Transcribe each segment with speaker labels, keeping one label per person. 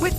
Speaker 1: With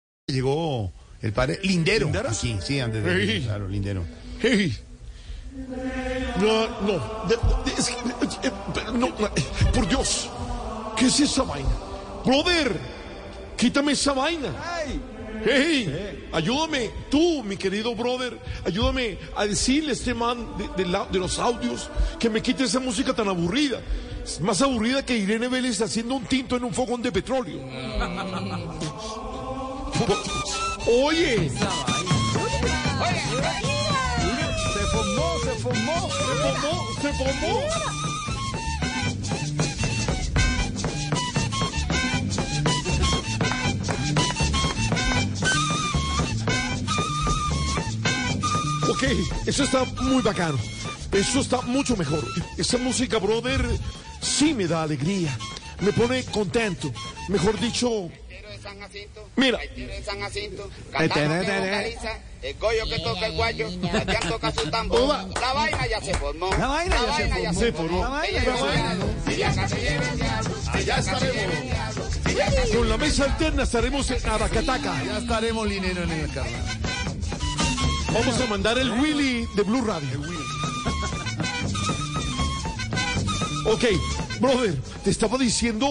Speaker 2: Llegó el padre Lindero.
Speaker 3: ¿Linderos?
Speaker 2: Aquí, sí, antes de.
Speaker 3: Sí.
Speaker 2: Claro, Lindero.
Speaker 3: Hey. No, no, de- de- es que- eh, pero no, eh, por Dios, ¿qué es esa vaina? Brother, quítame esa vaina. Hey, ayúdame, tú, mi querido brother, ayúdame a decirle a este man de, de la- de los audios que me quite esa música tan aburrida. Es más aburrida que Irene Vélez haciendo un tinto en un fogón de petróleo. Oye.
Speaker 4: Se formó, se formó.
Speaker 3: Se formó, se formó. Ok, eso está muy bacano. Eso está mucho mejor. Esa música, brother, sí me da alegría. Me pone contento. Mejor dicho,
Speaker 5: Gaitero de San Jacinto,
Speaker 3: Mira.
Speaker 5: gaitero de San Jacinto,
Speaker 2: Ahí está,
Speaker 5: cantando que
Speaker 2: ahí está, ahí
Speaker 5: vocaliza, el goyo que toca el guayo, Sebastián toca su tambor,
Speaker 3: Hola.
Speaker 5: la vaina ya se formó,
Speaker 4: La vaina ya se formó.
Speaker 3: se formó.
Speaker 2: Allá estaremos.
Speaker 3: Con la mesa alterna estaremos en Aracataca.
Speaker 2: Ya estaremos, Lindero, en el carnaval.
Speaker 3: Vamos a mandar el Willy de Blue Radio. Ok, brother, te estaba diciendo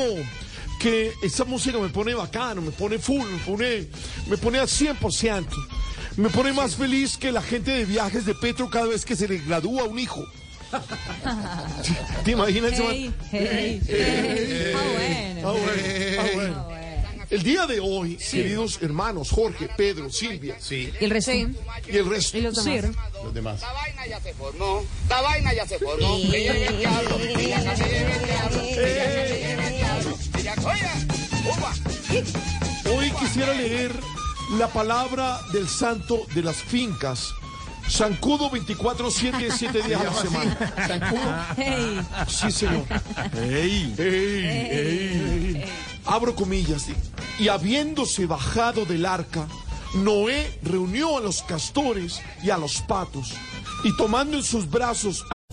Speaker 3: que esa música me pone bacano, me pone full, me pone, me pone al 100%. Me pone más feliz que la gente de viajes de Petro cada vez que se le gradúa un hijo. ¿Te imaginas? ese man?
Speaker 6: hey, hey. Ah, bueno.
Speaker 3: Ah, bueno, ah, bueno. El día de hoy, queridos hermanos, Jorge, Pedro, Silvia
Speaker 2: Sí,
Speaker 7: Y el resto.
Speaker 3: y el resto.
Speaker 7: Y los demás.
Speaker 2: los demás.
Speaker 5: la vaina ya se formó, la vaina ya se formó, ella es el diablo, ella casi lleva el diablo, ella casi lleva el diablo, ella, oye, uva,
Speaker 3: Hoy quisiera leer la palabra del santo de las fincas. Sancudo 24, 7, 7 días a la semana. ¿Sancudo?
Speaker 7: Hey.
Speaker 3: Sí, señor. Ey, ey. Abro comillas. Y habiéndose bajado del arca, Noé reunió a los castores y a los patos. Y tomando en sus brazos